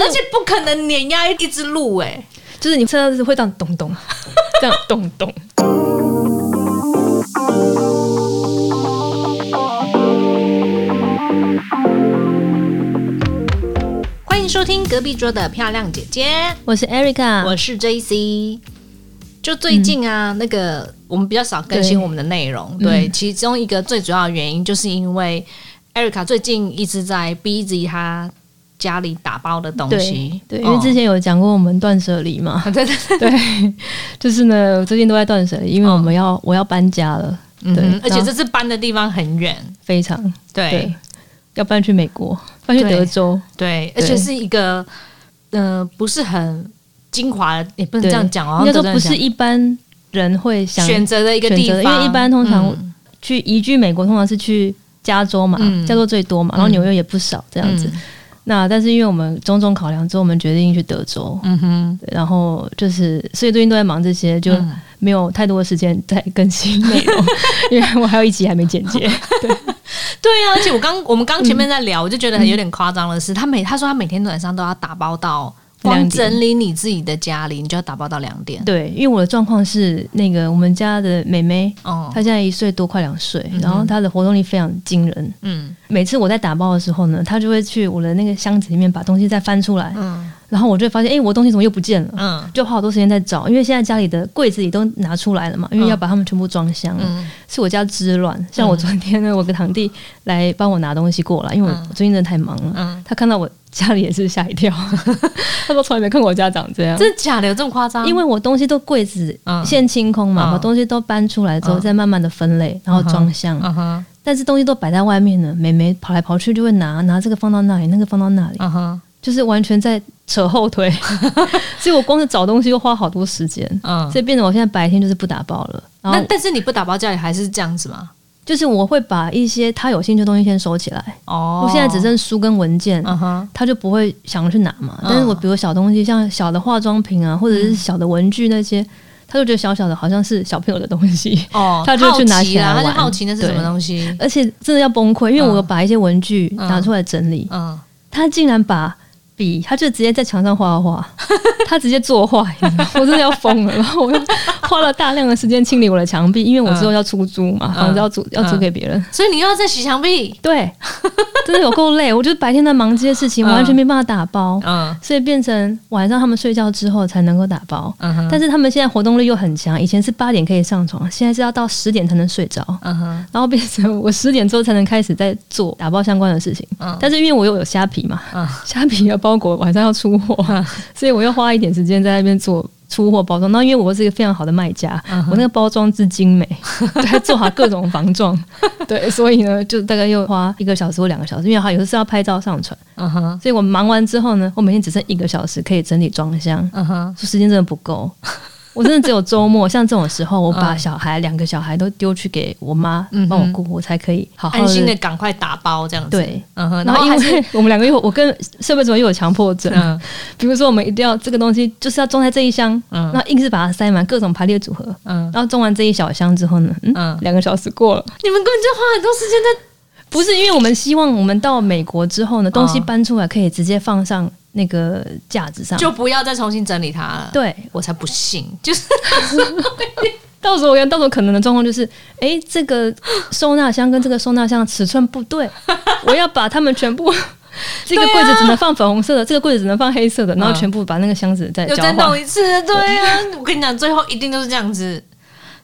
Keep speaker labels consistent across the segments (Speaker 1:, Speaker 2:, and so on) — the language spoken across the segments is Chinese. Speaker 1: 而且不可能碾压一只鹿哎、
Speaker 2: 就是你车子会这样咚咚， 这样咚咚。
Speaker 1: 欢迎收听隔壁桌的漂亮姐姐，
Speaker 2: 我是 Erica，
Speaker 1: 我是 J C。就最近啊，那个我们比较少更新
Speaker 2: 对
Speaker 1: 我们的内容，对，其中一个最主要的原因就是因为 Erica 最近一直在逼着她家里打包的东西
Speaker 2: 对，对，因为之
Speaker 1: 前、
Speaker 2: 前有讲过我们断舍离嘛，
Speaker 1: 对对对，
Speaker 2: 对，就是呢，我最近都在断舍离，因为我们要、我要搬家了，
Speaker 1: 嗯
Speaker 2: 对
Speaker 1: 哼，而且
Speaker 2: 然后
Speaker 1: 这次搬的地方很远，
Speaker 2: 非常
Speaker 1: 对
Speaker 2: 对，要搬去美国，搬去
Speaker 1: 对
Speaker 2: 德州，
Speaker 1: 对，而且是一个呃不是很精华的，也不能
Speaker 2: 对
Speaker 1: 这样讲哦，
Speaker 2: 应该
Speaker 1: 好像
Speaker 2: 说
Speaker 1: 都这样
Speaker 2: 不是
Speaker 1: 讲
Speaker 2: 一般人会想
Speaker 1: 选择的一个地
Speaker 2: 选择
Speaker 1: 方，
Speaker 2: 因为一般通常
Speaker 1: 嗯
Speaker 2: 去移居美国，通常是去加州嘛，
Speaker 1: 嗯
Speaker 2: 加州最多嘛，然后纽约也不少这样子。
Speaker 1: 嗯
Speaker 2: 那但是因为我们种种考量之后，我们决定去德州，
Speaker 1: 嗯哼，
Speaker 2: 对然后就是所以最近都在忙这些，就
Speaker 1: 嗯
Speaker 2: 没有太多的时间再更新内 容，因为我还有一集还没剪接。
Speaker 1: 对啊，而且我 刚我们刚前面在
Speaker 2: 嗯
Speaker 1: 聊，我就觉得有点夸张的是，他每他说他每天晚上都要打包到，光
Speaker 2: 两点
Speaker 1: 整理你自己的家里，你就要打包到两点。
Speaker 2: 对，因为我的状况是那个我们家的妹妹，
Speaker 1: 哦
Speaker 2: 她，现在一岁多，快两岁，然后她的活动力非常惊人。
Speaker 1: 嗯
Speaker 2: 每次我在打包的时候呢，她就会去我的那个箱子里面把东西再翻出来，
Speaker 1: 嗯
Speaker 2: 然后我就会发现，哎、我的东西怎么又不见了？
Speaker 1: 嗯
Speaker 2: 就花好多时间在找，因为现在家里的柜子里都拿出来了嘛，因为要把它们全部装箱了。
Speaker 1: 嗯
Speaker 2: 是我家之乱，像我昨天呢，我跟堂弟来帮我拿东西过来，因为我
Speaker 1: 嗯
Speaker 2: 我最近真的太忙了。
Speaker 1: 嗯，
Speaker 2: 他看到我家里也是吓 一跳，他说从来没看过我家长这样。
Speaker 1: 真的假的？有这么夸张？
Speaker 2: 因为我东西都柜子
Speaker 1: 嗯
Speaker 2: 现清空嘛，
Speaker 1: 嗯
Speaker 2: 把东西都搬出来之后，
Speaker 1: 嗯
Speaker 2: 再慢慢的分类，然后装箱。
Speaker 1: 嗯哼
Speaker 2: 但是东西都摆在外面呢，美眉跑来跑去就会拿拿这个放到那里，那个放到那里，
Speaker 1: 嗯哼
Speaker 2: 就是完全在扯 后腿。所以我光是找东西就花好多时间，
Speaker 1: 嗯，
Speaker 2: 所以变成我现在白天就是不打包了。然后
Speaker 1: 那但是你不打包家里还是这样子吗？
Speaker 2: 就是我会把一些他有兴趣的东西先收起来，
Speaker 1: 哦，
Speaker 2: 我现在只剩书跟文件。
Speaker 1: 嗯哼
Speaker 2: 他就不会想要去拿嘛，但是我比如小东西，像小的化妆品啊，或者
Speaker 1: 嗯
Speaker 2: 是小的文具那些，他就觉得小小的好像是小朋友的东 西，
Speaker 1: 哦，
Speaker 2: 他就去拿起来
Speaker 1: 好奇啦他就
Speaker 2: 玩
Speaker 1: 好奇那是什么
Speaker 2: 对
Speaker 1: 东西。
Speaker 2: 而且真的要崩溃，因为我有把一些文具拿出来整理，
Speaker 1: 嗯，
Speaker 2: 他竟然把笔，他就直接在墙上画画， 他直接作画，你知道吗我真的要疯了。然后我又花了大量的时间清理我的墙壁，因为
Speaker 1: 嗯
Speaker 2: 我之后要出租嘛，房子要租要租给别人，
Speaker 1: 所以你又要再洗墙壁。
Speaker 2: 对， 真的有够累。我就白天在忙这些事
Speaker 1: 嗯
Speaker 2: 情，完全没办法打包，
Speaker 1: 嗯
Speaker 2: 所以变成晚上他们睡觉之后才能够打包。
Speaker 1: 嗯哼，
Speaker 2: 但是他们现在活动力又很强，以前是八点可以上床，现在是要到十点才能睡着，
Speaker 1: 嗯哼，
Speaker 2: 然后变成我十点之后才能开始在做打包相关的事情。
Speaker 1: 嗯
Speaker 2: 但是因为我又有虾皮嘛，
Speaker 1: 嗯
Speaker 2: 虾皮的包裹晚上要出货， 所以我又花一点时间在那边做出货包装。那因为我是一个非常好的卖家，
Speaker 1: 嗯
Speaker 2: 我那个包装之精 美，对，做好各种防撞，对，所以呢，就大概又花一个小时或两个小时，因为它有的是要拍照上传，
Speaker 1: 嗯哼，
Speaker 2: 所以我忙完之后呢，我每天只剩一个小时可以整理装箱，
Speaker 1: 嗯哼，
Speaker 2: 就时间真的不够。 我真的只有周末，像这种时候，我把小孩两个小孩都丢去给我妈
Speaker 1: 嗯嗯哼
Speaker 2: 帮我顾，我才可以好好
Speaker 1: 安心的
Speaker 2: 的
Speaker 1: 赶快打包这样子。，
Speaker 2: 对。
Speaker 1: 嗯哼，然
Speaker 2: 然
Speaker 1: 后
Speaker 2: 后因
Speaker 1: 还是
Speaker 2: 为我们两个又我 跟设备主任又有强迫症，
Speaker 1: 嗯
Speaker 2: 比如说我们一定要这个东西就是要装在这一箱，
Speaker 1: 嗯
Speaker 2: 然后硬是把它塞满各种排列组合，
Speaker 1: 嗯，
Speaker 2: 然后装完这一小箱之后呢，嗯，
Speaker 1: 嗯
Speaker 2: 两个小时过了，
Speaker 1: 你们根本就花很多时间在
Speaker 2: 不是因为我们希望我们到美国之后
Speaker 1: 嗯
Speaker 2: 呢，东西搬出来可以直接放上那个架子上，
Speaker 1: 就不要再重新整理它了。，
Speaker 2: 对，
Speaker 1: 我才不信，就是
Speaker 2: 到时候我跟到时候可能的状况就是，诶，这个收纳箱跟这个收纳箱尺寸不 对，我要把它们全部。 这个柜子只能放粉红色的，这个柜子只能放黑色的，然后全部把那个箱子再
Speaker 1: 啊嗯有
Speaker 2: 交
Speaker 1: 再
Speaker 2: 换。
Speaker 1: 弄一次。对啊，我跟你讲，最后一定都是这样子。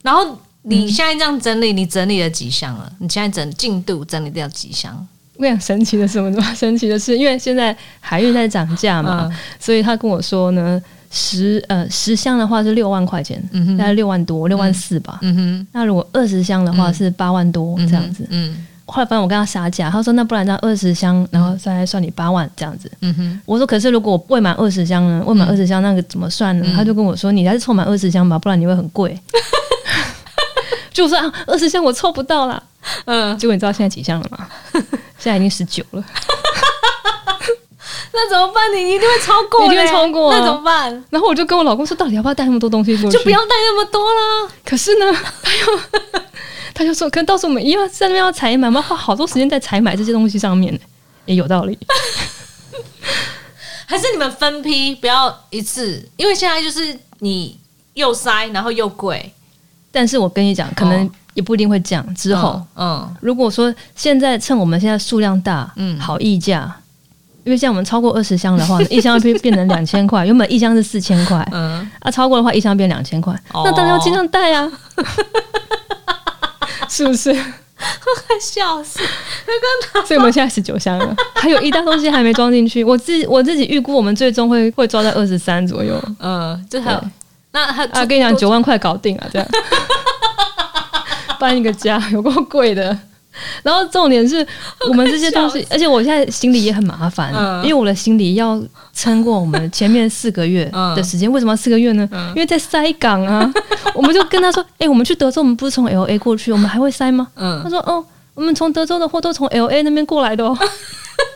Speaker 1: 然后你现在这样整理，你整理了几箱了？你现在整进度整理掉几箱？
Speaker 2: 我跟你讲，神奇的是什么？ 你知道吗神奇的是，因为现在海运在涨价嘛，
Speaker 1: 嗯
Speaker 2: 所以他跟我说呢，十呃十箱的话是六万块钱，
Speaker 1: 嗯哼
Speaker 2: 大概六万多，六万四吧。
Speaker 1: 嗯哼，
Speaker 2: 那如果二十箱的话是八万多、
Speaker 1: 嗯哼
Speaker 2: 这样子。
Speaker 1: 嗯
Speaker 2: 后来反正我跟他杀价，他说那不然这样二十箱，然后再来算你八万这样子。
Speaker 1: 嗯哼，
Speaker 2: 我说可是如果我未满二十箱呢？未满二十箱那个怎么算呢？
Speaker 1: 嗯
Speaker 2: 他就跟我说你还是凑满二十箱吧，不然你会很 贵。就我说啊，二十箱我凑不到啦。
Speaker 1: 嗯，
Speaker 2: 结果你知道现在几箱了 吗？现在已经十九了。
Speaker 1: 那怎么办？你一定会超过嘞，欸
Speaker 2: 一定会超过啊
Speaker 1: 那怎么办？
Speaker 2: 然后我就跟我老公说，到底要不要带那么多东西过去？
Speaker 1: 就不。要带那么多啦。
Speaker 2: 可是呢，他又 他就说，可能到时候我们一样在那边要采买，我们要花好多时间在采买这些东西上面，也有道理。
Speaker 1: 还是你们分批，不要一次，因为现在就是你又塞，然后又贵，
Speaker 2: 但是我跟你讲，可能也不一定会这样。之后，
Speaker 1: 嗯，
Speaker 2: 如果说现在趁我们现在数量大，
Speaker 1: 嗯
Speaker 2: 嗯，好议价，因为像我们超过二十箱的 话，一箱会变变成两千块，原本一箱是四千块，
Speaker 1: 嗯嗯，
Speaker 2: 啊，超过的话一箱变两千块，
Speaker 1: 哦
Speaker 2: 那当然要尽量带啊， 是不是？
Speaker 1: 快 笑死！
Speaker 2: 所以我们现在十九箱了，还有一大东西还没装进去。我自我自己预估，我们最终会会抓在二十三左右。
Speaker 1: 嗯，这还有
Speaker 2: 对
Speaker 1: 那还
Speaker 2: 啊，跟你讲，九万块搞定啊，这样 搬一个家有够贵的。然后重点是我们这些东西，而且我现在行李也很麻烦，
Speaker 1: 嗯
Speaker 2: 因为我的行李要撑过我们前面四 个月
Speaker 1: 嗯
Speaker 2: 的时间。为什么要四个月呢？因为在塞港啊， 我们就跟他说：“哎、我们去德州，我们不是从 L A 过去，我们还会塞吗？”他
Speaker 1: 嗯
Speaker 2: 说：“哦，我们从德州的货都从 L A 那边过来的哦，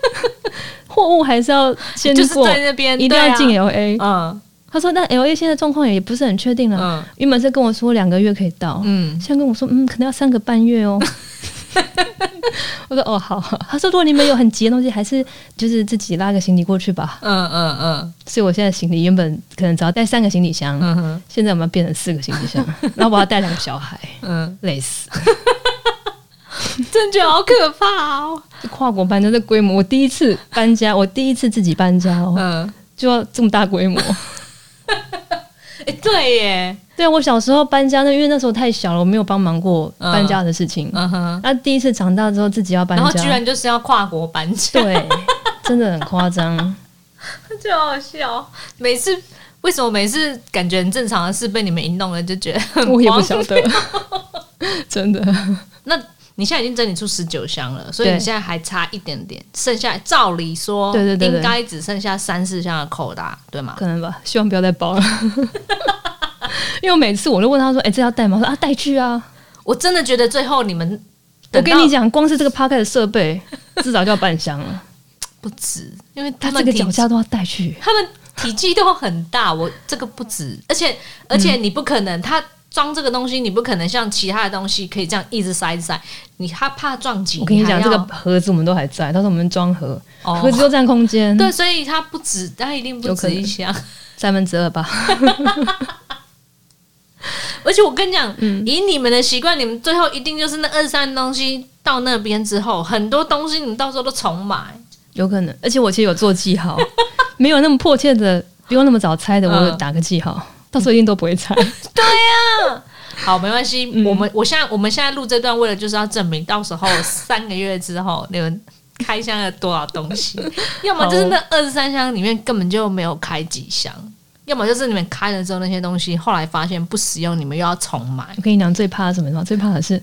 Speaker 2: 货物还是要先
Speaker 1: 就是
Speaker 2: 过，
Speaker 1: 在那边
Speaker 2: 一定要进
Speaker 1: 油，
Speaker 2: L A。
Speaker 1: 嗯
Speaker 2: 他说：“那 L A 现在状况也不是很确定了。啊
Speaker 1: 嗯
Speaker 2: 原本是跟我说两个月可以到，
Speaker 1: 嗯，
Speaker 2: 现在跟我说，嗯，可能要三个半 月哦。我说哦，好。他说，如果你们有很急的东西，还是就是自己拉个行李过去吧。
Speaker 1: 嗯嗯嗯
Speaker 2: 所以我现在行李原本可能只要带三个行李箱，
Speaker 1: 嗯哼
Speaker 2: 现在我们要变成四个行李箱， 然后我要带两个小孩，
Speaker 1: 嗯，
Speaker 2: 累死。
Speaker 1: 真觉得好可怕哦。
Speaker 2: 这跨国搬家这规模，我第一次搬 家，我第一次自己搬家哦，
Speaker 1: 嗯，
Speaker 2: 就要这么大规 模。
Speaker 1: 哎，对耶，
Speaker 2: 对啊，我小时候搬家，那因为那时候太小了，我没有帮忙过搬家的事情。
Speaker 1: 嗯哼，
Speaker 2: 那、第一次长大之后自己要搬
Speaker 1: 然后
Speaker 2: 家，
Speaker 1: 居然就是要跨国搬家。
Speaker 2: 对，真的很夸张。
Speaker 1: 就好笑。每次为什么每次感觉很正常的事被你们一弄了，就觉得很
Speaker 2: 我也不
Speaker 1: 荒
Speaker 2: 晓得， 真的。
Speaker 1: 那你现在已经整理出十九箱了，所以
Speaker 2: 对
Speaker 1: 你现在还差一点点，剩下照理说，
Speaker 2: 对对对对
Speaker 1: 应该只剩下三四箱的扣打，对吗？
Speaker 2: 可能吧，希望不要再包了。 因为我每次我都问他说：“哎、这要带吗？”我说：“啊，带去啊。
Speaker 1: 我真的觉得最后你们”
Speaker 2: 我
Speaker 1: 等到，
Speaker 2: 跟你讲，光是这个 p a c k 的设备， 至少就要半箱了。
Speaker 1: 不止，因为
Speaker 2: 他
Speaker 1: 们
Speaker 2: 这个
Speaker 1: 体
Speaker 2: 脚架都要带去，
Speaker 1: 他们体积都很大，我这个不止，而且而且
Speaker 2: 嗯
Speaker 1: 你不可能，他装这个东西，你不可能像其他的东西可以这样一直塞一直塞，你他怕撞击，
Speaker 2: 我跟你
Speaker 1: 还
Speaker 2: 讲，这个
Speaker 1: 要
Speaker 2: 盒子我们都还在，到时候我们装盒，
Speaker 1: 哦
Speaker 2: 盒子都占空间，
Speaker 1: 对，，所以它不止，它一定不
Speaker 2: 有可
Speaker 1: 止
Speaker 2: 能
Speaker 1: 一箱。
Speaker 2: 三分之二吧。
Speaker 1: 而且我跟你讲，以你们的习惯，你们最后一定就是那二三东西到那边之后，很多东西你们到时候都重买。
Speaker 2: 有可能，而且我其实有做 记号，没有那么迫切的，不用那么早猜的，
Speaker 1: 嗯
Speaker 2: 我有打个记号，到时候一定都不会猜。
Speaker 1: 好，没关系，我们我现在我们现在录这段，为了就是要证明，到时候三个月之后你们开箱了多少东西，要么就是那二十三箱里面根本就没有开几箱，要么就是你们开了之后那些东西后来发现不实用，你们又要重买。
Speaker 2: 我跟你讲，最怕的是什么吗？最怕的是，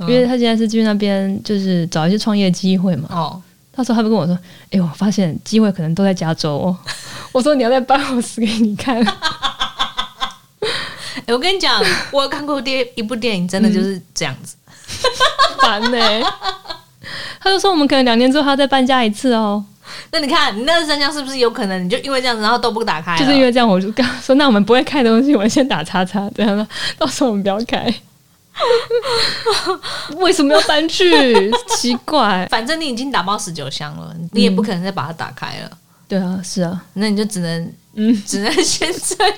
Speaker 2: 因为他现在是去那边就是找一些创业机会嘛。
Speaker 1: 哦，
Speaker 2: 到时候他们跟我说：“哎、我发现机会可能都在加州、哦。” 我说：“你要再搬我死给你看。
Speaker 1: 哎、我跟你讲，我有看过电一部电影，真的就是这样子。”
Speaker 2: 烦呢、 他就说：“我们可能两年之后还要再搬家一次哦。
Speaker 1: 那你看，你那三箱是不是有可能你就因为这样子，然后都不打开”了？
Speaker 2: 就是因为这样，我就跟他说：“那我们不会开的东西，我们先打叉叉，这样 呢，到时候我们不要开。” 为什么要搬去？ 奇怪。
Speaker 1: 反正你已经打包十九箱了，你也不可能再把它打开了，
Speaker 2: 对啊，是啊，
Speaker 1: 那你就只能
Speaker 2: 嗯，
Speaker 1: 只能先这样。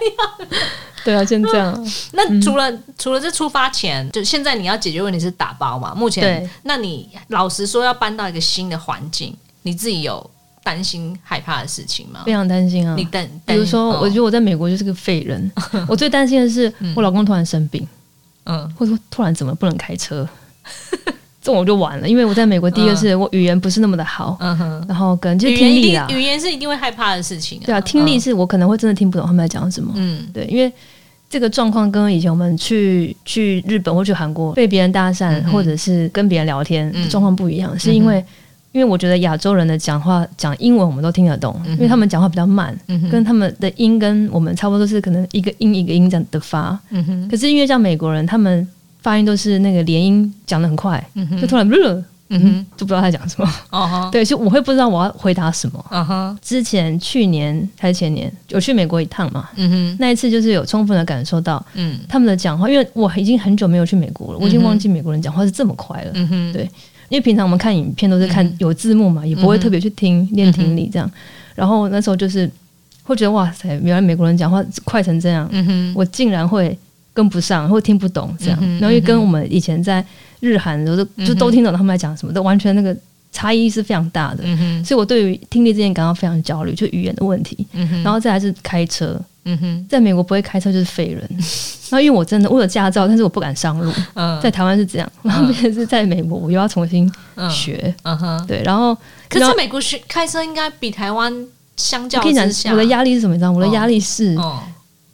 Speaker 2: 对啊，先这样 啊。
Speaker 1: 那除了、除了这出发前，就现在你要解决问题是打包嘛？目前
Speaker 2: 对，
Speaker 1: 那你老实说，要搬到一个新的环境，你自己有担心害怕的事情吗？
Speaker 2: 非常担心啊
Speaker 1: 你。担，嗯
Speaker 2: 比如说，我觉
Speaker 1: 就
Speaker 2: 得我在美国就是个废 人。我最担心的是，我老公突然生病，
Speaker 1: 嗯
Speaker 2: 或者说突然怎么不能 开车，这种我就完了。因为我在美国，第一个是我语言不是那么的好，
Speaker 1: 嗯哼，
Speaker 2: 然后可能就
Speaker 1: 语
Speaker 2: 听
Speaker 1: 言一
Speaker 2: 力啦啊
Speaker 1: 定，语言是一定会害怕的事情、啊，
Speaker 2: 对啊，听力是我可能会真的听不懂他们在讲什么。
Speaker 1: 嗯，
Speaker 2: 对，因为这个状况跟以前我们去去日本或去韩国被别人搭讪，
Speaker 1: 嗯哼
Speaker 2: 或者是跟别人聊天
Speaker 1: 嗯
Speaker 2: 状况不一样，是因为因为我觉得亚洲人的讲话讲英文我们都听得懂，因为他们讲话比较慢，
Speaker 1: 嗯哼
Speaker 2: 跟他们的音跟我们差不多，是可能一个音一个音这样的发。
Speaker 1: 嗯哼，
Speaker 2: 可是因为像美国人，他们发音都是那个连音讲的很快，就突然呃
Speaker 1: 嗯哼，
Speaker 2: 就不知道他讲什么。
Speaker 1: 哦哈，
Speaker 2: 对，就我会不知道我要回答什么。
Speaker 1: 嗯哼，
Speaker 2: 之前去年还是前年，有去美国一趟嘛，
Speaker 1: 嗯哼，
Speaker 2: 那一次就是有充分的感受到
Speaker 1: 嗯
Speaker 2: 他们的讲话，因为我已经很久没有去美国了，我已经忘记美国人讲话是这么快了。
Speaker 1: 嗯哼，嗯
Speaker 2: 对因为平常我们看影片都是看有字幕嘛，也不会特别去听练听力这样。然后那时候就是会觉得哇塞，原来美国人讲话快成这样，
Speaker 1: 嗯哼，
Speaker 2: 我竟然会跟不上，或听不懂这样。
Speaker 1: 嗯哼嗯
Speaker 2: 然后又跟我们以前在日韩的时候，就都听懂他们在讲什么，都完全那个差异是非常大的。
Speaker 1: 嗯哼，
Speaker 2: 所以我对于听力这件感到非常焦虑，就语言的问题。
Speaker 1: 嗯哼，
Speaker 2: 然后再来是开车，
Speaker 1: 嗯哼，
Speaker 2: 在美国不会开车就是废人。然后因为我真的我有驾照，但是我不敢上路，
Speaker 1: 嗯，
Speaker 2: 在台湾是这样，然后变成是在美国我又要重新
Speaker 1: 嗯
Speaker 2: 学。
Speaker 1: 嗯哼。
Speaker 2: 对，然后
Speaker 1: 可
Speaker 2: 然
Speaker 1: 是
Speaker 2: 后
Speaker 1: 美国学开车应该比台湾相较
Speaker 2: 我跟你
Speaker 1: 之下，
Speaker 2: 讲，我的压力是什么？你知道吗，我的压力是
Speaker 1: 哦，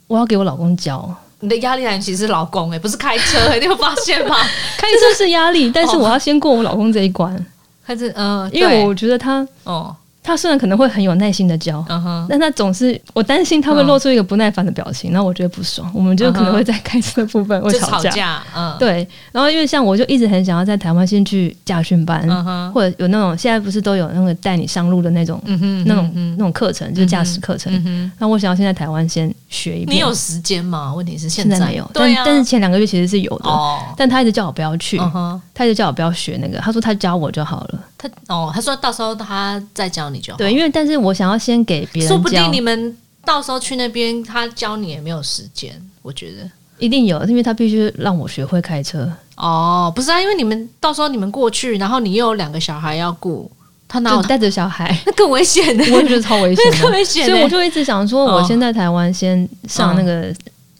Speaker 2: 我要给我老公教。
Speaker 1: 你的压力来源其实是老公哎、不是开车、 欸，你有发现吗？
Speaker 2: 开车是压力，但
Speaker 1: 哦
Speaker 2: 是我要先过我老公这一关，
Speaker 1: 开车，嗯、
Speaker 2: 因为我觉得他
Speaker 1: 我哦，
Speaker 2: 他虽然可能会很有耐心的教，
Speaker 1: 嗯哼，
Speaker 2: 但他总是我担心他会
Speaker 1: 嗯
Speaker 2: 露出一个不耐烦的表情，那我觉得不爽，我们就可能会在开车的部分会
Speaker 1: 哦就
Speaker 2: 吵架。
Speaker 1: 架，嗯，，
Speaker 2: 对，然后因为像我就一直很想要在台湾先去驾训班，
Speaker 1: 嗯哼，
Speaker 2: 或者有那种现在不是都有那个带你上路的那种、
Speaker 1: 嗯哼，
Speaker 2: 那种、
Speaker 1: 嗯
Speaker 2: 那种课程，就是驾驶课程。
Speaker 1: 哼，嗯哼，
Speaker 2: 那我想要先在台湾先学一遍，
Speaker 1: 你有时间吗？问题是
Speaker 2: 现
Speaker 1: 在
Speaker 2: 在没有，但
Speaker 1: 对啊，
Speaker 2: 但是前两个月其实是有的。
Speaker 1: 哦，
Speaker 2: 但他一直叫我不要去，
Speaker 1: 嗯哼，
Speaker 2: 他一直叫我不要学那个，他说他教我就好了。
Speaker 1: 他哦，他说到时候他再教你就好，
Speaker 2: 对，因为但是我想要先给别人教，
Speaker 1: 说不定你们到时候去那边，他教你也没有时间，我觉得。
Speaker 2: 一定有，因为他必须让我学会开车，
Speaker 1: 哦，不是啊，因为你们到时候你们过去，然后你又有两个小孩要顾，他哪有
Speaker 2: 就带着小孩，
Speaker 1: 那 更危险呢、
Speaker 2: 我也觉得超危 险
Speaker 1: 那更
Speaker 2: 的。
Speaker 1: 危险、欸，
Speaker 2: 所以我就一直想说，
Speaker 1: 哦
Speaker 2: 我先在台湾先上那个、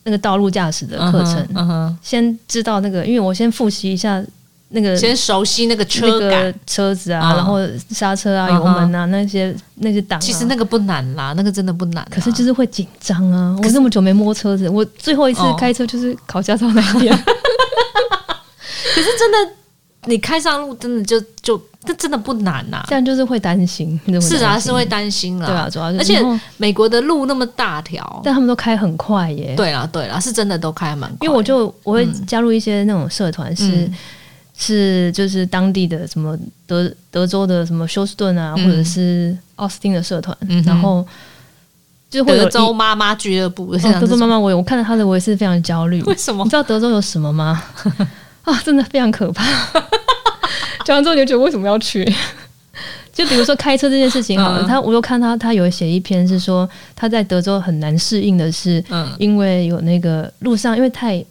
Speaker 2: 那个道路驾驶的课程，
Speaker 1: 嗯哼，
Speaker 2: 先知道那个，因为我先复习一下那个
Speaker 1: 嗯哼先熟悉那个
Speaker 2: 那
Speaker 1: 车感。
Speaker 2: 个车子啊，
Speaker 1: 嗯
Speaker 2: 然后刹车啊、
Speaker 1: 嗯哼
Speaker 2: 油门啊那些那些档啊、
Speaker 1: 其实那个不难啦，那个真的不难啦。
Speaker 2: 可是就是会紧张啊！我这么久没摸车子，我最后一次
Speaker 1: 哦
Speaker 2: 开车就是考驾照那 一天。
Speaker 1: 可是真的，你开上路真的就就这真的不难呐、
Speaker 2: 这样就是会担心，你
Speaker 1: 是啊，
Speaker 2: 啊，
Speaker 1: 是会担心啦。
Speaker 2: 对啊，主要是
Speaker 1: 而且
Speaker 2: 然后
Speaker 1: 美国的路那么大条，
Speaker 2: 但他们都开很快耶，，
Speaker 1: 对啦对啦，是真的都开蛮快的。
Speaker 2: 因为我就我会加入一些那种社团是。
Speaker 1: 嗯
Speaker 2: 是，就是当地的什么德德州的什么休斯顿啊，
Speaker 1: 嗯
Speaker 2: 或者是奥斯汀的社团，
Speaker 1: 嗯哼
Speaker 2: 然后就会有
Speaker 1: 德州
Speaker 2: 一
Speaker 1: 妈妈俱乐部，
Speaker 2: 哦、德州妈
Speaker 1: 妈
Speaker 2: 妈，我有我看到她的，我也是非常焦虑。
Speaker 1: 为什么
Speaker 2: 你？知道德州有什么吗？ 啊，真的非常可怕。 讲完之后你就觉得为什么要去？就比如说开车这件事情好了，
Speaker 1: 嗯
Speaker 2: 他我又看他他有写一篇是说他在德州很难适应的是，
Speaker 1: 嗯
Speaker 2: 因为有那个路上因为太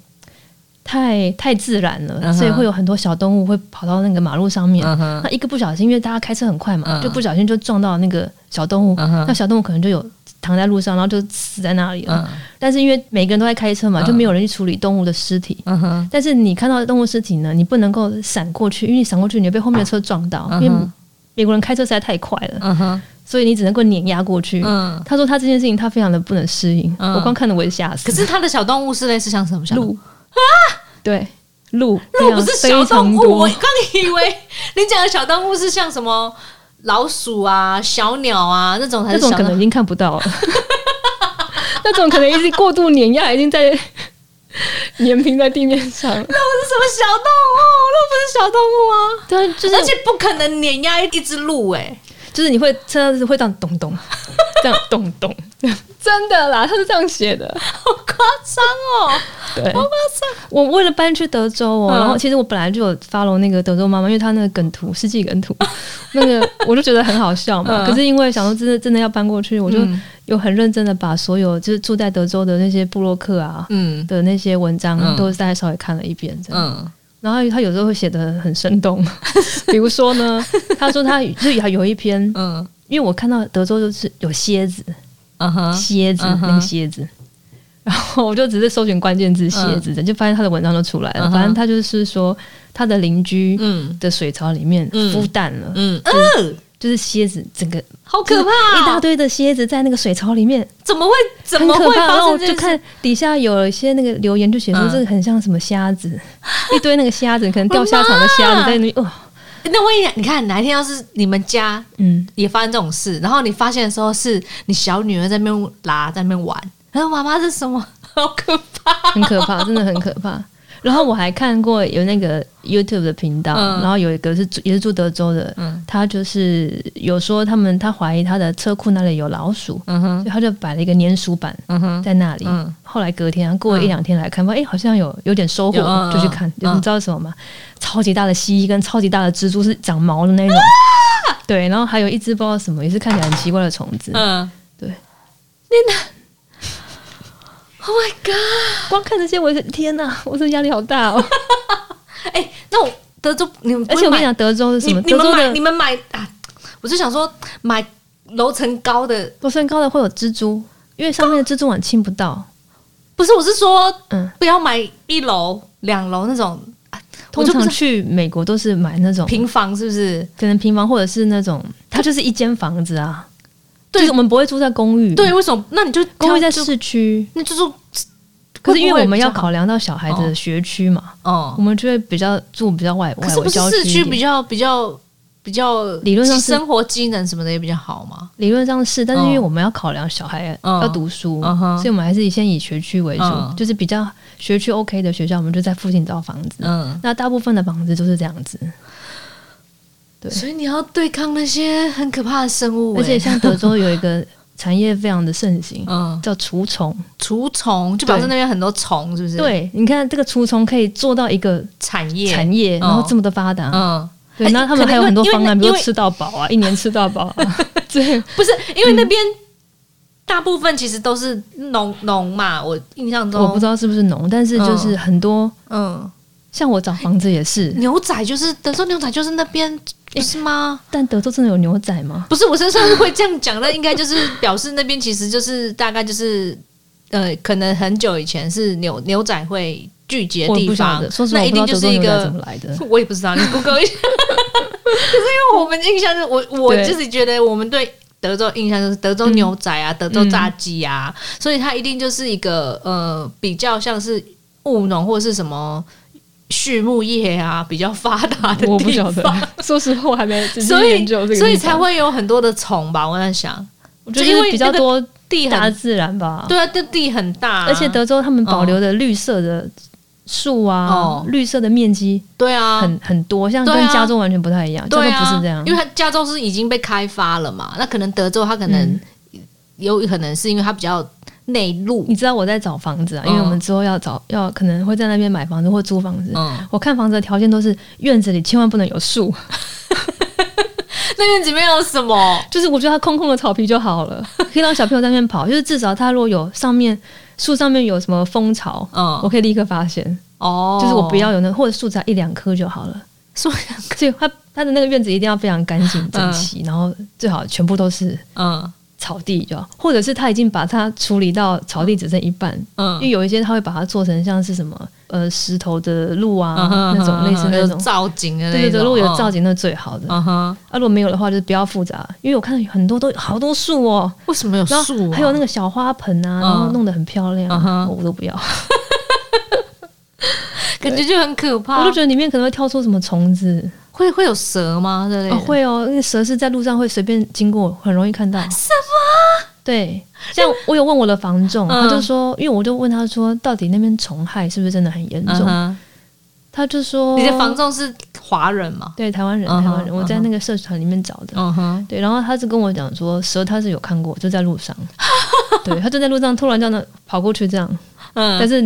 Speaker 2: 太太自然了，
Speaker 1: 嗯哼
Speaker 2: 所以会有很多小动物会跑到那个马路上面。
Speaker 1: 嗯哼
Speaker 2: 那一个不小心，因为大家开车很快嘛，
Speaker 1: 嗯
Speaker 2: 就不小心就撞到那个小动物，
Speaker 1: 嗯哼
Speaker 2: 那小动物可能就有躺在路上，然后就死在那里了。
Speaker 1: 嗯
Speaker 2: 但是因为每个人都在开车嘛，
Speaker 1: 嗯
Speaker 2: 就没有人去处理动物的尸体。
Speaker 1: 嗯哼
Speaker 2: 但是你看到动物尸体呢，你不能够闪过去，因为你闪过去，你会被后面的车撞到。
Speaker 1: 嗯哼
Speaker 2: 因为美国人开车实在太快了，
Speaker 1: 嗯哼
Speaker 2: 所以你只能够碾压过去。
Speaker 1: 嗯。
Speaker 2: 他说他这件事情他非常的不能适应，
Speaker 1: 嗯
Speaker 2: 我光看了我也吓死。
Speaker 1: 可是它的小动物是类似像什么小动物？
Speaker 2: 鹿啊，对，鹿
Speaker 1: 鹿不是
Speaker 2: 非常
Speaker 1: 小动
Speaker 2: 非常
Speaker 1: 物，
Speaker 2: 多
Speaker 1: 我刚以为你讲的小动物是像什么老鼠啊、小鸟啊那种才
Speaker 2: 那
Speaker 1: 是
Speaker 2: 种
Speaker 1: 小
Speaker 2: 可
Speaker 1: 动
Speaker 2: 能
Speaker 1: 物。
Speaker 2: 已经看 不到了，那种可能已经过度碾压，已经在碾平在地面 上了。
Speaker 1: 那是什么小动物？那不是小动物啊！
Speaker 2: 对，就是
Speaker 1: 而且不可能碾压一只鹿哎、
Speaker 2: 就是你会车子会这样咚咚，这样咚咚，真的啦，他是这样写的。
Speaker 1: 好夸张哦！
Speaker 2: 对，
Speaker 1: 好夸
Speaker 2: 我为了搬去德州哦，
Speaker 1: 嗯
Speaker 2: 然后其实我本来就有 follow 那个德州妈妈，因为她那个梗图世纪梗图，那个我就觉得很好笑嘛。
Speaker 1: 哦嗯
Speaker 2: 可是因为想说真的真的要搬过去，我就
Speaker 1: 嗯
Speaker 2: 有很认真的把所有就是住在德州的那些布洛克啊。
Speaker 1: 张，
Speaker 2: 的那些文章
Speaker 1: 嗯
Speaker 2: 都大概稍微看了一遍，这样。
Speaker 1: 嗯
Speaker 2: 然后他有时候会写的很生 动，比如说呢，他说他就有一篇，
Speaker 1: 嗯
Speaker 2: 因为我看到德州就是有蝎子，
Speaker 1: 嗯哼，
Speaker 2: 蝎子、
Speaker 1: 嗯哼
Speaker 2: 那个蝎子。然后我就只是搜寻关键字“蝎子”，就发现他的文章都出来了。
Speaker 1: 嗯嗯哼
Speaker 2: 反正他就是说，他的邻居
Speaker 1: 嗯
Speaker 2: 的水槽里面
Speaker 1: 嗯
Speaker 2: 孵蛋了，
Speaker 1: 嗯嗯，
Speaker 2: 就是蝎子，整个
Speaker 1: 好可怕
Speaker 2: 就是一
Speaker 1: 哦、
Speaker 2: 大堆的蝎子在那个水槽里面，
Speaker 1: 怎么会怎
Speaker 2: 很
Speaker 1: 么
Speaker 2: 可
Speaker 1: 会
Speaker 2: 怕。
Speaker 1: 发
Speaker 2: 然后
Speaker 1: 生
Speaker 2: 我
Speaker 1: 这
Speaker 2: 就
Speaker 1: 件事？
Speaker 2: 看底下有一些那个留言，就写说
Speaker 1: 嗯
Speaker 2: 这个很像什么虾子，一堆那个虾子，可能
Speaker 1: 啊
Speaker 2: 钓虾场的虾子在那里。哦，
Speaker 1: 那万一你看哪一天要是你们家
Speaker 2: 嗯，
Speaker 1: 也发生这种事，然后你发现的时候是你小女儿在那边拉，在那边玩，然后妈妈这是什么？ 好可怕！
Speaker 2: 很可 怕，真的很可怕。然后我还看过有那个 YouTube 的频道，
Speaker 1: 嗯
Speaker 2: 然后有一个是住也是住德州的，
Speaker 1: 嗯
Speaker 2: 他就是有说他们他怀疑他的车库那里有老鼠，
Speaker 1: 嗯哼，
Speaker 2: 所以他就摆了一个粘鼠板
Speaker 1: 嗯哼，
Speaker 2: 在那里。
Speaker 1: 嗯
Speaker 2: 后来隔天、啊、过了一两天来看，发现哎好像有有点收获
Speaker 1: 有嗯，
Speaker 2: 就去看。
Speaker 1: 嗯
Speaker 2: 你知道什么吗？超级大的蜥蜴跟超级大的蜘蛛是长毛的那种，对，然后还有一只不知道什么，也是看起来很奇怪的虫子。
Speaker 1: 啊嗯，
Speaker 2: 对，
Speaker 1: 你那 ，Oh my god！
Speaker 2: 光看这些，我就天哪，我这压力好大 哦！
Speaker 1: 哎、那我德州，你们不
Speaker 2: 而
Speaker 1: 会
Speaker 2: 且我跟你
Speaker 1: 买
Speaker 2: 讲，德州是什么？
Speaker 1: 你你
Speaker 2: 德
Speaker 1: 们
Speaker 2: 州
Speaker 1: 买你
Speaker 2: 的
Speaker 1: 们买啊，我就想说买楼层高的，
Speaker 2: 螺身高的会有蜘蛛，因为上面的蜘蛛网亲不到。
Speaker 1: 不是，我是说
Speaker 2: 嗯，
Speaker 1: 不要买一楼、两楼那种啊我
Speaker 2: 通
Speaker 1: 就不
Speaker 2: 常
Speaker 1: 知道
Speaker 2: 去美国都是买那种
Speaker 1: 平房，是不是？
Speaker 2: 可能平房或者是那种，它就是一间房子啊。
Speaker 1: 对
Speaker 2: 就是我们不会住在公寓，
Speaker 1: 对，，为什么？那你就
Speaker 2: 公寓在
Speaker 1: 挑就
Speaker 2: 市区。
Speaker 1: 那就是
Speaker 2: 可是因为我们要
Speaker 1: 考
Speaker 2: 考量到小孩子的学区嘛，我
Speaker 1: 哦，
Speaker 2: 们就会比较住比较外
Speaker 1: 可
Speaker 2: 外
Speaker 1: 是
Speaker 2: 围
Speaker 1: 不是
Speaker 2: 郊
Speaker 1: 市区
Speaker 2: 区
Speaker 1: 比
Speaker 2: 一点，
Speaker 1: 较比较比较
Speaker 2: 理论上是
Speaker 1: 生活机能什么的也比较好嘛？
Speaker 2: 理论上是，但是
Speaker 1: 嗯
Speaker 2: 因为我们要考量小孩
Speaker 1: 嗯
Speaker 2: 要读书，
Speaker 1: 嗯哼
Speaker 2: 所以我们还是以先以学区为主，
Speaker 1: 嗯
Speaker 2: 就是比较学区 OK 的学校，我们就在附近找房子。
Speaker 1: 嗯，
Speaker 2: 那大部分的房子就是这样子，对
Speaker 1: 所以你要对抗那些很可怕的生物、
Speaker 2: 而且
Speaker 1: 欸
Speaker 2: 像德州有一 个产业非常的盛行，
Speaker 1: 嗯，
Speaker 2: 叫除虫。
Speaker 1: 除虫就表示
Speaker 2: 对
Speaker 1: 那边很多虫，是不是？，
Speaker 2: 对，你看这个除虫可以做到一个
Speaker 1: 产业，
Speaker 2: 产业，然后
Speaker 1: 嗯
Speaker 2: 这么的发达，
Speaker 1: 嗯，
Speaker 2: 对，
Speaker 1: 哎
Speaker 2: 那他们
Speaker 1: 可能
Speaker 2: 还有很多
Speaker 1: 因为
Speaker 2: 方案，
Speaker 1: 因
Speaker 2: 比
Speaker 1: 为嗯
Speaker 2: 如说吃到饱啊，一年吃到饱 啊，对，
Speaker 1: 不是因为那边
Speaker 2: 嗯
Speaker 1: 大部分其实都是农农嘛，我印象中
Speaker 2: 我不知道是不是农，但是就是很多，
Speaker 1: 嗯，
Speaker 2: 像我找房子也是，
Speaker 1: 牛仔就是德州牛仔就是那边不是吗？
Speaker 2: 但德州真的有牛仔吗？
Speaker 1: 不是我身上会这样讲，那应该就是表示那边其实就是大概就是呃，可能很久以前是牛牛仔会聚集的
Speaker 2: 我
Speaker 1: 地
Speaker 2: 不晓
Speaker 1: 方
Speaker 2: 得，说，实话，
Speaker 1: 那
Speaker 2: 我
Speaker 1: 一
Speaker 2: 不
Speaker 1: 定就
Speaker 2: 知道德
Speaker 1: 是
Speaker 2: 州
Speaker 1: 一
Speaker 2: 牛仔怎
Speaker 1: 个
Speaker 2: 么。来的。
Speaker 1: 我也不知道，你 Google 一下。可是因为我们印象是我我
Speaker 2: 对
Speaker 1: 自己觉得我们对德州的印象就是德州牛仔啊、德州炸鸡啊，所以它一定就是一个呃比较像是务农或是什么畜牧业啊比较发达的地方，
Speaker 2: 我不晓得， 说实话，我还没仔细
Speaker 1: 所
Speaker 2: 研
Speaker 1: 以
Speaker 2: 究这个，
Speaker 1: 所以才，会有很多的虫吧？我在想，
Speaker 2: 我觉得
Speaker 1: 就因为
Speaker 2: 是比较多
Speaker 1: 地
Speaker 2: 大
Speaker 1: 很
Speaker 2: 自然吧。
Speaker 1: 对啊，这地很大啊、
Speaker 2: 而且德州他们保留的绿色的树啊
Speaker 1: 哦，
Speaker 2: 绿色的面积
Speaker 1: 对啊，
Speaker 2: 很很多，像
Speaker 1: 对
Speaker 2: 跟
Speaker 1: 啊
Speaker 2: 加州完全不太一样，加
Speaker 1: 对
Speaker 2: 州
Speaker 1: 啊，
Speaker 2: 不是这样
Speaker 1: 因，为它加州是已经被开发了嘛，那可能德州它可能
Speaker 2: 嗯
Speaker 1: 有可能是因为它比较内陆，
Speaker 2: 你知道我在找房子啊，因为
Speaker 1: 嗯
Speaker 2: 我们之后要找要可能会在那边买房子或租房子。
Speaker 1: 嗯，
Speaker 2: 我看房子的条件都是院子里千万不能有树，
Speaker 1: 那边里面有什么？
Speaker 2: 就是我觉得它空空的草皮就好了，可以让小朋友在那边跑。就是至少它如果有上面树上面有什么蜂巢，我
Speaker 1: 嗯，
Speaker 2: 可以立刻发现。
Speaker 1: 哦，
Speaker 2: 就是我不要有那或者树只要一两棵就好了。
Speaker 1: 说，
Speaker 2: 所以它它的那个院子一定要非常干净整齐，然后最好全部都是
Speaker 1: 嗯
Speaker 2: 草地就好，或者是他已经把它处理到草地只剩一半，因为
Speaker 1: 嗯，
Speaker 2: 有一些他会把它做成像是什么呃石头的路啊、
Speaker 1: 嗯
Speaker 2: 那种类似那
Speaker 1: 有
Speaker 2: 种，
Speaker 1: 造景的那种，嗯
Speaker 2: 对对对，如果有造
Speaker 1: 景，
Speaker 2: 景那最好的。
Speaker 1: 嗯哼，
Speaker 2: 啊，如果没有的话，就是不要复杂，因为我看很多都好多树哦，
Speaker 1: 为什么有
Speaker 2: 然
Speaker 1: 树
Speaker 2: 后
Speaker 1: 啊？
Speaker 2: 还有那个小花盆啊，然后
Speaker 1: 嗯
Speaker 2: 弄得很漂亮，哦
Speaker 1: 嗯哼
Speaker 2: 我都不要，
Speaker 1: 感觉就很可怕，
Speaker 2: 我就觉得里面可能会跳出什么虫子，
Speaker 1: 会会有蛇吗？之类的
Speaker 2: 哦，会哦，那个蛇是在路上会随便经过，很容易看到。什么？对，像我有问我的房仲，
Speaker 1: 嗯
Speaker 2: 他就说，因为我就问他说，到底那边虫害是不是真的很严
Speaker 1: 嗯
Speaker 2: 重？
Speaker 1: 哼，
Speaker 2: 他就说，
Speaker 1: 你的房仲是华人吗？
Speaker 2: 对台湾人，
Speaker 1: 嗯哼
Speaker 2: 台湾人，我在
Speaker 1: 嗯哼
Speaker 2: 那个社团里面找的。
Speaker 1: 嗯哼，
Speaker 2: 对，然后他是跟我讲说，蛇他是有看过，就在路 上，对他就在路上突然这样的跑过去这样，
Speaker 1: 嗯，
Speaker 2: 但是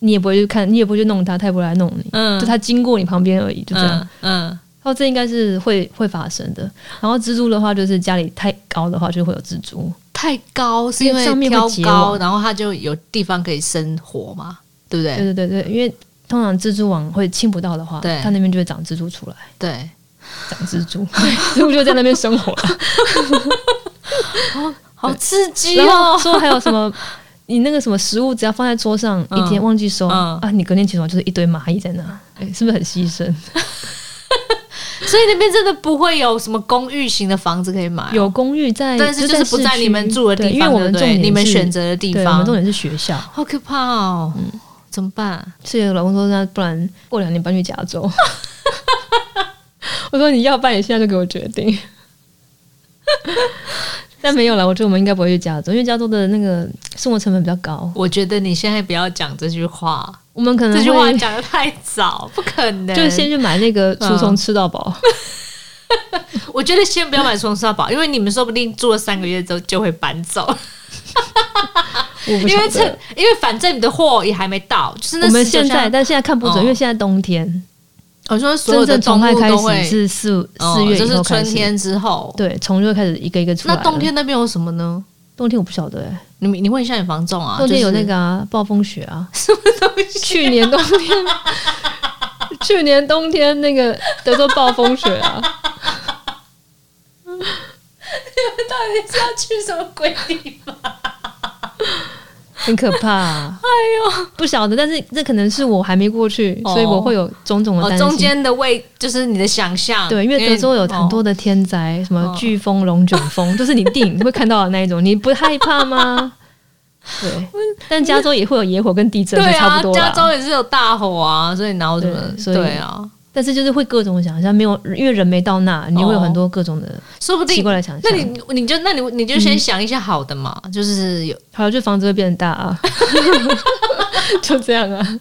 Speaker 2: 你也不会去看，你也不会去弄它，它也不会来弄你，
Speaker 1: 嗯
Speaker 2: 就它经过你旁边而已，就这样。
Speaker 1: 嗯嗯，
Speaker 2: 然哦后这应该是会会发生的。然后蜘蛛的话，就是家里太高的话，就会有蜘蛛。
Speaker 1: 太高是因
Speaker 2: 因为
Speaker 1: 为
Speaker 2: 上面会
Speaker 1: 挑
Speaker 2: 结
Speaker 1: 高，
Speaker 2: 网
Speaker 1: 然后它就有地方可以生活嘛，对不对？
Speaker 2: 对对对对，因为通常蜘蛛网会亲不到的话，
Speaker 1: 对
Speaker 2: 它那边就会长蜘蛛出来，
Speaker 1: 对，
Speaker 2: 长蜘蛛， 蜘蛛就在那边生活了。
Speaker 1: 好刺激
Speaker 2: 然后
Speaker 1: 哦！
Speaker 2: 说还有什么？你那个什么食物，只要放在桌上
Speaker 1: 嗯
Speaker 2: 一天忘记收、
Speaker 1: 嗯
Speaker 2: 啊，你隔天起床就是一堆蚂蚁在那，哎，是不是很牺牲？
Speaker 1: 所以那边真的不会有什么公寓型的房子可以买哦，
Speaker 2: 有公寓在，
Speaker 1: 但是就是
Speaker 2: 在
Speaker 1: 不
Speaker 2: 市
Speaker 1: 在
Speaker 2: 区
Speaker 1: 你们住的地
Speaker 2: 对
Speaker 1: 方，
Speaker 2: 因为我们
Speaker 1: 对不
Speaker 2: 重
Speaker 1: 对
Speaker 2: 点是
Speaker 1: 你们选择的地
Speaker 2: 对，我们
Speaker 1: 方
Speaker 2: 重，点是学校，
Speaker 1: 好可怕哦！怎么办？
Speaker 2: 所以老公说那不然过两年搬去加州。 我说你要搬，你现在就给我决定。 但没有了，我觉得我们应该不会去加州，因为加州的那个生活成本比较高。
Speaker 1: 我觉得你现在不要讲这句话，
Speaker 2: 我们可能
Speaker 1: 这句话
Speaker 2: 会
Speaker 1: 讲的太早，不可能。
Speaker 2: 就先，去买那个除虫吃到饱。
Speaker 1: 我觉得先不要买双沙堡， 因为你们说不定住了三个月之后就会搬走，
Speaker 2: 我不
Speaker 1: 因为
Speaker 2: 晓
Speaker 1: 趁
Speaker 2: 得，
Speaker 1: 因为反正你的货也还没到，就是那
Speaker 2: 我们
Speaker 1: 19
Speaker 2: 现在，
Speaker 1: 箱
Speaker 2: 但现在看不准，
Speaker 1: 哦
Speaker 2: 因为现在冬天。
Speaker 1: 我说所有
Speaker 2: 真
Speaker 1: 的动
Speaker 2: 正虫害
Speaker 1: 物
Speaker 2: 开
Speaker 1: 都
Speaker 2: 始
Speaker 1: 会
Speaker 2: 是四
Speaker 1: 哦
Speaker 2: 四月
Speaker 1: 就
Speaker 2: 以
Speaker 1: 是
Speaker 2: 后开
Speaker 1: 春
Speaker 2: 始，
Speaker 1: 天之后。
Speaker 2: 对，虫就会开始一个一个出来
Speaker 1: 那
Speaker 2: 了。
Speaker 1: 冬天那边有什么呢？
Speaker 2: 冬天我不晓得哎、
Speaker 1: 你你问一下你房仲啊，
Speaker 2: 冬天有
Speaker 1: 就是
Speaker 2: 那个啊，暴风雪啊，什么东西？去年冬 天，去年冬天那个德州暴风雪啊，
Speaker 1: 到底是要去什么鬼地方？
Speaker 2: 很可怕、啊。哎呦，不晓得，但是这可能是我还没过去，
Speaker 1: 哦
Speaker 2: 所以 我会有种种的
Speaker 1: 哦，
Speaker 2: 担心。
Speaker 1: 中间的位就是你的想象，
Speaker 2: 对，因为德州有很多
Speaker 1: 哦
Speaker 2: 的天灾，什么
Speaker 1: 哦
Speaker 2: 飓风、龙卷 风，就是你电影会看到的那一种，你不害怕吗？ 对，但加州也会有野火跟地震，
Speaker 1: 对
Speaker 2: 那差
Speaker 1: 啊
Speaker 2: 不，多
Speaker 1: 加
Speaker 2: 啦。
Speaker 1: 州也是有大火啊，所以然后怎么
Speaker 2: 对所以
Speaker 1: 对啊，
Speaker 2: 但是就是会各种想象，没有因为人没到那，你会有很多各种的
Speaker 1: 说不
Speaker 2: 奇
Speaker 1: 定
Speaker 2: 怪的想
Speaker 1: 那
Speaker 2: 象。
Speaker 1: 你你就那你你就
Speaker 2: 嗯
Speaker 1: 先想一些好的嘛，就是有
Speaker 2: 好了，就房子会变 大啊， 就这样啊。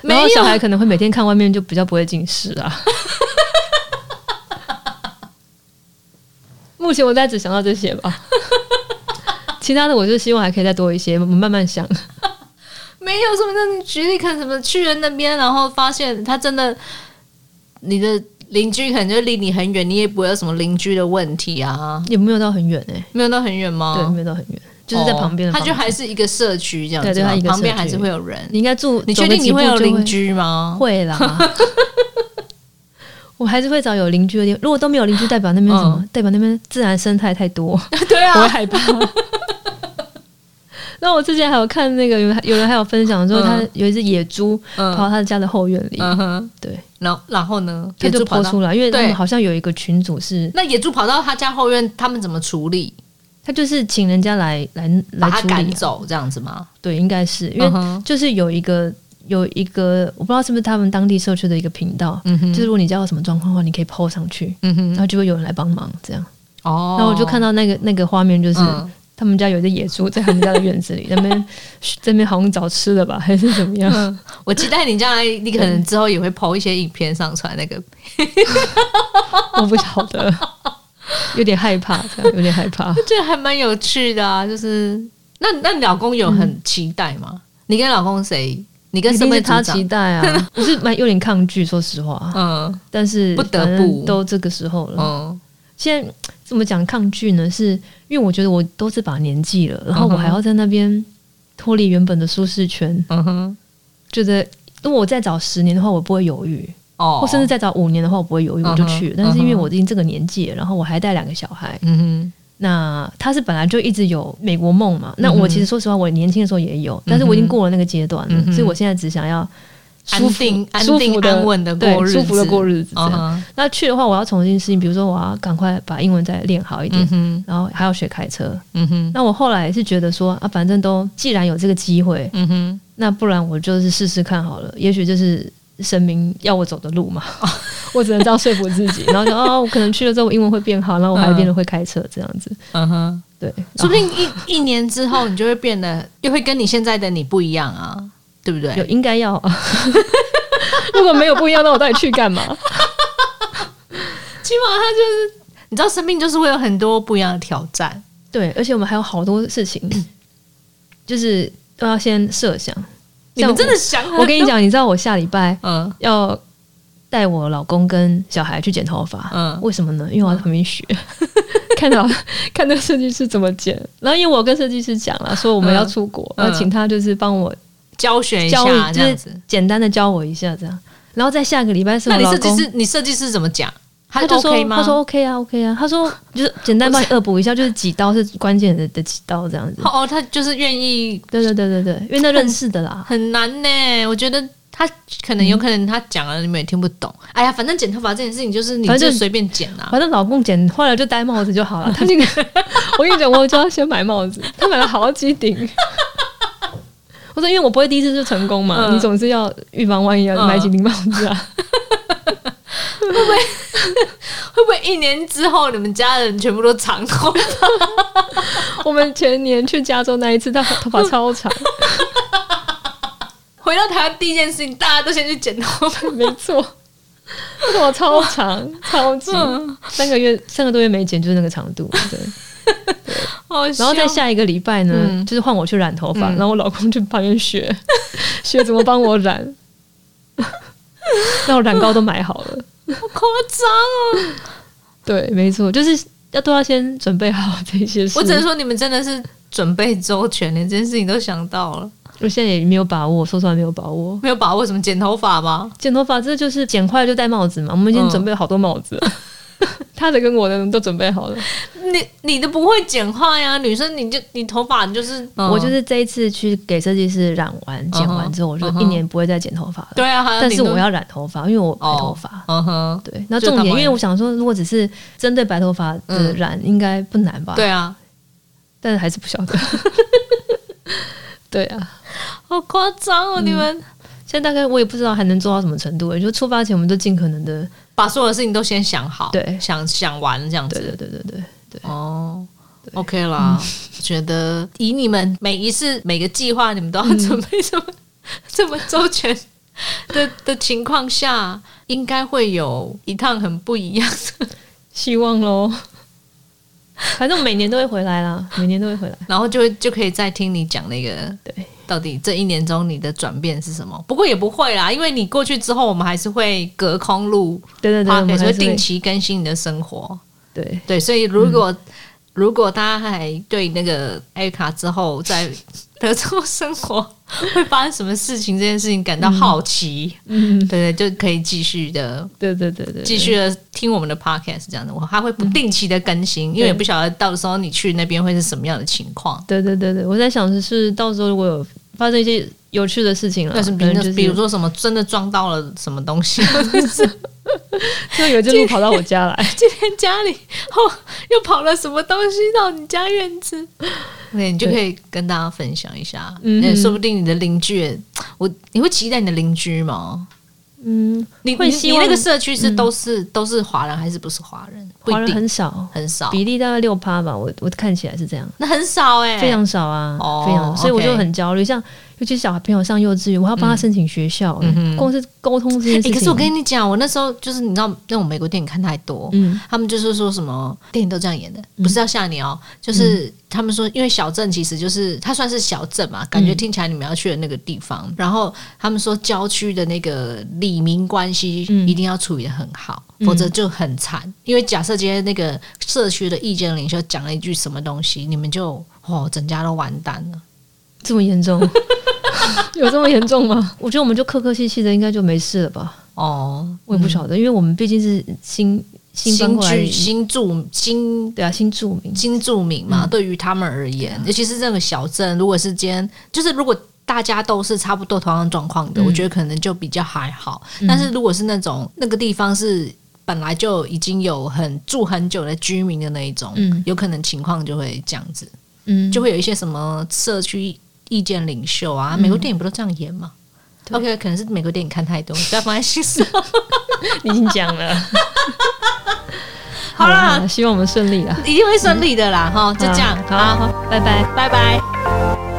Speaker 1: 没
Speaker 2: 然后
Speaker 1: 有
Speaker 2: 小孩可能会每天看外面，就比较不会近视 啊。目前我大概只想到这些吧，其他的我就希望还可以再多一些，我们慢慢想。
Speaker 1: 没有什么？那你举例看什么去了那边，然后发现他真的你的邻居可能就离你很远，你也不会有什么邻居的问题啊，
Speaker 2: 也没有到很远哎、
Speaker 1: 没有到很远吗？
Speaker 2: 对，没有到很远，就是在旁边
Speaker 1: 哦
Speaker 2: 的
Speaker 1: 他
Speaker 2: 房子。
Speaker 1: 就还是一个社区这样子嘛，
Speaker 2: 对对它一个
Speaker 1: 旁边
Speaker 2: 社区
Speaker 1: 还是会有人。
Speaker 2: 你应该住，
Speaker 1: 你
Speaker 2: 走
Speaker 1: 确
Speaker 2: 个
Speaker 1: 定
Speaker 2: 几
Speaker 1: 你
Speaker 2: 步
Speaker 1: 会有
Speaker 2: 就
Speaker 1: 邻？居吗？
Speaker 2: 会啦，我还是会找有邻居的地方。如果都没有邻居，代表那边什
Speaker 1: 嗯
Speaker 2: 么？代表那边自然生态太多。
Speaker 1: 对啊
Speaker 2: 我会，害怕。那我之前还有看那个有有人还有分享说，
Speaker 1: 嗯
Speaker 2: 他有一只野猪跑
Speaker 1: 嗯
Speaker 2: 到他家的后院里，
Speaker 1: 嗯哼，
Speaker 2: 对，
Speaker 1: 然后然后呢？
Speaker 2: 他
Speaker 1: 野
Speaker 2: 就
Speaker 1: 猪跑
Speaker 2: 跑
Speaker 1: 到
Speaker 2: 出来，因为他
Speaker 1: 对
Speaker 2: 们好像有一个群主是，
Speaker 1: 那野猪跑到他家后院，他们怎么处理？
Speaker 2: 他就是请人家来来
Speaker 1: 把
Speaker 2: 来
Speaker 1: 他
Speaker 2: 处理
Speaker 1: 赶
Speaker 2: 啊，
Speaker 1: 走这样子吗？
Speaker 2: 对，应该是因
Speaker 1: 嗯
Speaker 2: 为
Speaker 1: 哼，
Speaker 2: 就是有一个有一个，我不知道是不是他们当地社区的一个频道，
Speaker 1: 嗯哼，
Speaker 2: 就是如果你家有什么状况的话，你可以 PO 上去。
Speaker 1: 嗯
Speaker 2: 然
Speaker 1: 哼，
Speaker 2: 后就会有人来帮忙，这样。
Speaker 1: 哦
Speaker 2: 然后我就看
Speaker 1: 到
Speaker 2: 到那个那个画面，就是、
Speaker 1: 嗯
Speaker 2: 他们家有一只野猪在他们家的院子里，在那边 在那边好像找吃的吧，还是怎么样？
Speaker 1: 我期待你将来，你可能之后也会抛一些影片上传那个。
Speaker 2: 我不晓得，有点害怕，这样有点害怕。
Speaker 1: 这还蛮有趣的啊，就是那那你老公有很期待吗？你跟老公谁？你跟
Speaker 2: 一
Speaker 1: 身
Speaker 2: 定
Speaker 1: 为
Speaker 2: 是
Speaker 1: 组
Speaker 2: 他
Speaker 1: 长
Speaker 2: 期？待 啊，我是蛮有点抗拒，说实话。
Speaker 1: 嗯
Speaker 2: 但是
Speaker 1: 不得不
Speaker 2: 反正都这个时候了。
Speaker 1: 嗯
Speaker 2: 现在怎么讲抗拒呢？是因为我觉得我都这把年纪了，然后我还要在那边脱离原本的舒适圈，
Speaker 1: 嗯哼，
Speaker 2: 觉得如果我再找十年的话，我不会犹豫；
Speaker 1: 哦，
Speaker 2: 或甚至再找五年的话，我不会犹豫，
Speaker 1: 嗯哼
Speaker 2: 我就去了。但是因为
Speaker 1: 嗯哼
Speaker 2: 我已经这个年纪了，然后我还带两个小孩，
Speaker 1: 嗯哼。
Speaker 2: 那他是本来就一直有美国梦嘛？那
Speaker 1: 嗯哼
Speaker 2: 我其实说实话，我年轻的时候也有，但是我已经过了那个阶段了，
Speaker 1: 嗯哼
Speaker 2: 所以我现在只想要舒
Speaker 1: 安
Speaker 2: 服、
Speaker 1: 定、安
Speaker 2: 舒
Speaker 1: 定、
Speaker 2: 服的
Speaker 1: 安稳的过
Speaker 2: 对
Speaker 1: 日子，
Speaker 2: 舒服的过日子这
Speaker 1: 嗯
Speaker 2: 样。
Speaker 1: 哼
Speaker 2: 那去的话，我要重新适应，比如说我要赶快把英文再练好一点，
Speaker 1: 嗯哼，
Speaker 2: 然后还要学开车。
Speaker 1: 嗯哼，
Speaker 2: 那我后来是觉得说啊，反正都既然有这个机会，
Speaker 1: 嗯哼，
Speaker 2: 那不然我就是试试看好了，也许就是神明要我走的 路嘛，我只能这样说服自己。然后就哦，我可能去了之后，我英文会变好，然后我还变得会开车这样子。
Speaker 1: 嗯哼，
Speaker 2: 对，
Speaker 1: 说不定 一一年之后，你就会变得，又会跟你现在的你不一样啊，对不
Speaker 2: 有
Speaker 1: 对？
Speaker 2: 应该要、 啊。如果没有不一样，那我到底去干嘛？
Speaker 1: 起码他就是，你知道，生命就是会有很多不一样的挑战，
Speaker 2: 对，而且我们还有好多事 情，就是都要先设想。
Speaker 1: 你们
Speaker 2: 像
Speaker 1: 真的想很
Speaker 2: 我，我跟你讲，你知道我下礼拜
Speaker 1: 嗯
Speaker 2: 要带我老公跟小孩去剪头发，
Speaker 1: 嗯
Speaker 2: 为什么呢？因为我要在旁边学， 看到 看那设计师怎么剪。然后因为我跟设计师讲了，说我们要出国，
Speaker 1: 嗯
Speaker 2: 要请他就是帮我
Speaker 1: 教学一
Speaker 2: 教
Speaker 1: 下
Speaker 2: 我，
Speaker 1: 这
Speaker 2: 就
Speaker 1: 样
Speaker 2: 是
Speaker 1: 子。
Speaker 2: 简单的教我一下这样。然后在下个礼拜是
Speaker 1: 那
Speaker 2: 我
Speaker 1: 你
Speaker 2: 老
Speaker 1: 设计
Speaker 2: 公。
Speaker 1: 师，你设计师怎么讲？他
Speaker 2: 他就说
Speaker 1: OK：“吗？
Speaker 2: 他说 OK 啊，OK 啊。”他说：“就是简单帮你恶补一下，就是几刀是关键的的几刀这样子。
Speaker 1: 哦，他就是愿意，”
Speaker 2: 对对对对对，因为那认识的啦。
Speaker 1: 很难呢。我觉得他可
Speaker 2: 嗯
Speaker 1: 能有可能他讲了你们也听不懂。哎呀，反正剪头发这件事情就是你
Speaker 2: 反正
Speaker 1: 就随便剪啊，
Speaker 2: 反正老公剪坏了就戴帽子就好了。他 那个，我跟你讲，我就要先买帽子，他买了好几顶。我说，因为我不会第一次就成功嘛，
Speaker 1: 嗯
Speaker 2: 你总是要预防万一啊，
Speaker 1: 嗯
Speaker 2: 买几顶帽子啊。
Speaker 1: 会不会一年之后你们家人全部都长 头发？
Speaker 2: 我们前年去加州那一次，他头发超 长，
Speaker 1: 回到台湾第一件事情，大家都先去剪头 发。
Speaker 2: 没错，他头发超长，超级三个月三个多月没剪就是那个长度，对。
Speaker 1: 好
Speaker 2: 然后在下一个礼拜呢，
Speaker 1: 嗯
Speaker 2: 就是换我去染头发，
Speaker 1: 嗯
Speaker 2: 然后我老公去旁边学学怎么帮我染。 那我染膏都买好了。
Speaker 1: 好夸张哦！
Speaker 2: 对，没错，就是要都要先准备好这些事。
Speaker 1: 我只能说，你们真的是准备周全，连这件事情都想到了。
Speaker 2: 我现在也没有把握，说出来没有把握。
Speaker 1: 没有把握什么剪头发吗？
Speaker 2: 剪头发这就是剪坏了就戴帽子嘛，我们已经准备了好多帽子了，
Speaker 1: 嗯
Speaker 2: 他的跟我的都准备好了。
Speaker 1: 你你的不会剪坏呀，女生你就你头发你就是、嗯
Speaker 2: 我就是这一次去给设计师染完、剪完之后，我就
Speaker 1: 嗯哼
Speaker 2: 一年不会再剪头发了。
Speaker 1: 对啊，还有
Speaker 2: 但
Speaker 1: 你
Speaker 2: 是
Speaker 1: 都
Speaker 2: 我要染头发，因为我白头发。
Speaker 1: 嗯哼，
Speaker 2: 对，那
Speaker 1: 就
Speaker 2: 重
Speaker 1: 干
Speaker 2: 点，因
Speaker 1: 嘛
Speaker 2: 为
Speaker 1: 呀
Speaker 2: 我想说，如果只是针对白头发的
Speaker 1: 嗯
Speaker 2: 染，应该不难吧？
Speaker 1: 对啊，
Speaker 2: 但是还是不晓得。 对啊，
Speaker 1: 好夸张哦！你们
Speaker 2: 现在大概我也不知道还能做到什么程度，也欸就出发前我们都尽可能的，
Speaker 1: 把所有的事情都先想好，
Speaker 2: 对
Speaker 1: 想想完这样
Speaker 2: 对
Speaker 1: 子
Speaker 2: 对对对对，
Speaker 1: 哦。OK 啦，觉得以你们每一次每个计划，你们都要准备这么、 这么周全的的情况下，应该会有一趟很不一样的，
Speaker 2: 希望喽。 反正我每年都会回来啦，每年都会回来。
Speaker 1: 然后就就可以再听你讲那个
Speaker 2: 对，
Speaker 1: 到底这一年中你的转变是什么？不过也不会啦，因为你过去之后，我们还是会隔空录
Speaker 2: 对对对，我们
Speaker 1: podcast，
Speaker 2: 还
Speaker 1: 会
Speaker 2: 是会
Speaker 1: 定期更新你的生活。
Speaker 2: 对
Speaker 1: 对，所以如果、
Speaker 2: 嗯
Speaker 1: 如果大家还对那个艾卡之后在德州生活会发生什么事情这件事情感到好奇，
Speaker 2: 嗯
Speaker 1: 对对，就可以继续的。
Speaker 2: 对对对对，嗯
Speaker 1: 继续的听我们的 podcast 这样子，我还会不定期的更新，因为也不晓得到时候你去那边会是什么样的情况。
Speaker 2: 对。对对对对，我在想的是，到时候如果有发生一些有趣的事情了，
Speaker 1: 啊但是比
Speaker 2: 可能就
Speaker 1: 如
Speaker 2: 是
Speaker 1: 比如说什么真的撞到了什么东西，
Speaker 2: 就有一只鹿跑到我家来，
Speaker 1: 今天 家里哦又跑了什么东西到你家院子， 对你就可以跟大家分享一下。
Speaker 2: 嗯
Speaker 1: 那说不定你的邻居也，我你会期待你的邻居吗？
Speaker 2: 嗯，
Speaker 1: 你
Speaker 2: 会
Speaker 1: 你
Speaker 2: 希
Speaker 1: 你
Speaker 2: 望
Speaker 1: 那个社区是都是、都是华人还是不是嗯华人？不
Speaker 2: 华
Speaker 1: 一
Speaker 2: 人
Speaker 1: 定
Speaker 2: 很少，
Speaker 1: 很少，
Speaker 2: 比例大概六趴吧，我我看起来是这样。
Speaker 1: 那很少哎、
Speaker 2: 非常少啊，
Speaker 1: 哦
Speaker 2: 非常，所以我
Speaker 1: OK
Speaker 2: 就很焦虑。像尤其是小朋友上幼稚园，我要帮他申请学校、欸
Speaker 1: 嗯嗯哼
Speaker 2: 光是沟通这件事
Speaker 1: 欸
Speaker 2: 情。
Speaker 1: 可是我跟你讲，我那时候就是你知道那种美国电影看太多，
Speaker 2: 嗯
Speaker 1: 他们就是说什么电影都这样演的，不是要吓你哦，
Speaker 2: 嗯
Speaker 1: 就是他们说，因为小镇其实就是它算是小镇嘛，感觉听起来你们要去的那个地方。
Speaker 2: 嗯
Speaker 1: 然后他们说郊区的那个里民关系
Speaker 2: 嗯
Speaker 1: 一定要处理的很好，否则就很惨。因为假设今天那个社区的意见领袖讲了一句什么东西，你们就哦整家都完蛋了。
Speaker 2: 这么 严重，有这么严重吗？我觉得我们就客客气气的，应该就没事了吧？
Speaker 1: 哦，
Speaker 2: 我也不晓得，因为我们毕竟是新新搬
Speaker 1: 新
Speaker 2: 过来
Speaker 1: 居
Speaker 2: 的，
Speaker 1: 新住新
Speaker 2: 对啊，新住民，
Speaker 1: 新住民
Speaker 2: 嗯
Speaker 1: 嘛，对于他们而言，尤其是这个小镇，如果是今天，就是如果大家都是差不多同样状况的，
Speaker 2: 嗯
Speaker 1: 我觉得可能就比较还好。但是如果是那种那个地方是本来就已经有很住很久的居民的那一种，
Speaker 2: 嗯
Speaker 1: 有可能情况就会这样子，
Speaker 2: 嗯，
Speaker 1: 就会有一些什么社区意见领袖啊，美国电影不都这样演吗？
Speaker 2: 嗯对
Speaker 1: OK，可能是美国电影看太多，不要放在心上。
Speaker 2: 你已经讲了，
Speaker 1: 好啦，
Speaker 2: 希望我们顺利啦。
Speaker 1: 一定会顺利的啦，哈，就这样，
Speaker 2: 好，
Speaker 1: 好，
Speaker 2: 拜拜。
Speaker 1: 拜拜。